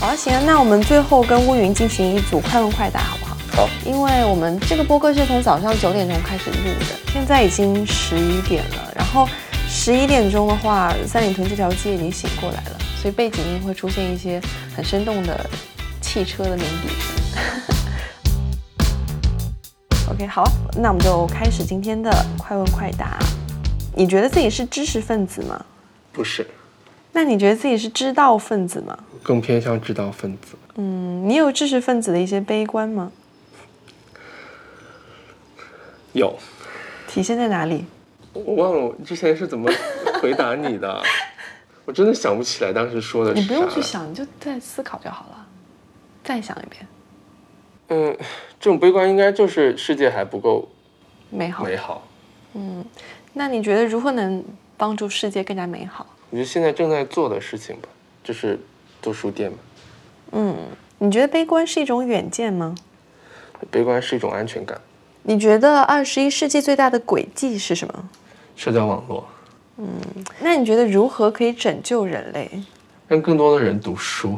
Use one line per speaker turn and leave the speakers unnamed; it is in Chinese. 好，行啊，那我们最后跟乌云进行一组快问快答，好不好？
好，
因为我们这个播客是从早上九点钟开始录的，现在已经十一点了。然后十一点钟的话，三里屯这条街已经醒过来了，所以背景音会出现一些很生动的汽车的鸣笛声。OK，好啊，那我们就开始今天的快问快答。你觉得自己是知识分子吗？
不是，
那你觉得自己是知道分子吗？
更偏向知道分子。
嗯，你有知识分子的一些悲观吗？
有，
体现在哪里？
我忘了我之前是怎么回答你 的，我真的想不起来当时说的是
你不
啥。
用去。想，你就再思考就好了。再想一遍，
嗯，这种悲观应该就是世界还不够
美好。
美好。
那你觉得如何能帮助世界更加美好？
我觉得现在正在做的事情吧，就是做书店嘛。
你觉得悲观是一种远见吗？
悲观是一种安全感。
你觉得二十一世纪最大的诡计是什么？
社交网络，
那你觉得如何可以拯救人类？
让更多的人读书。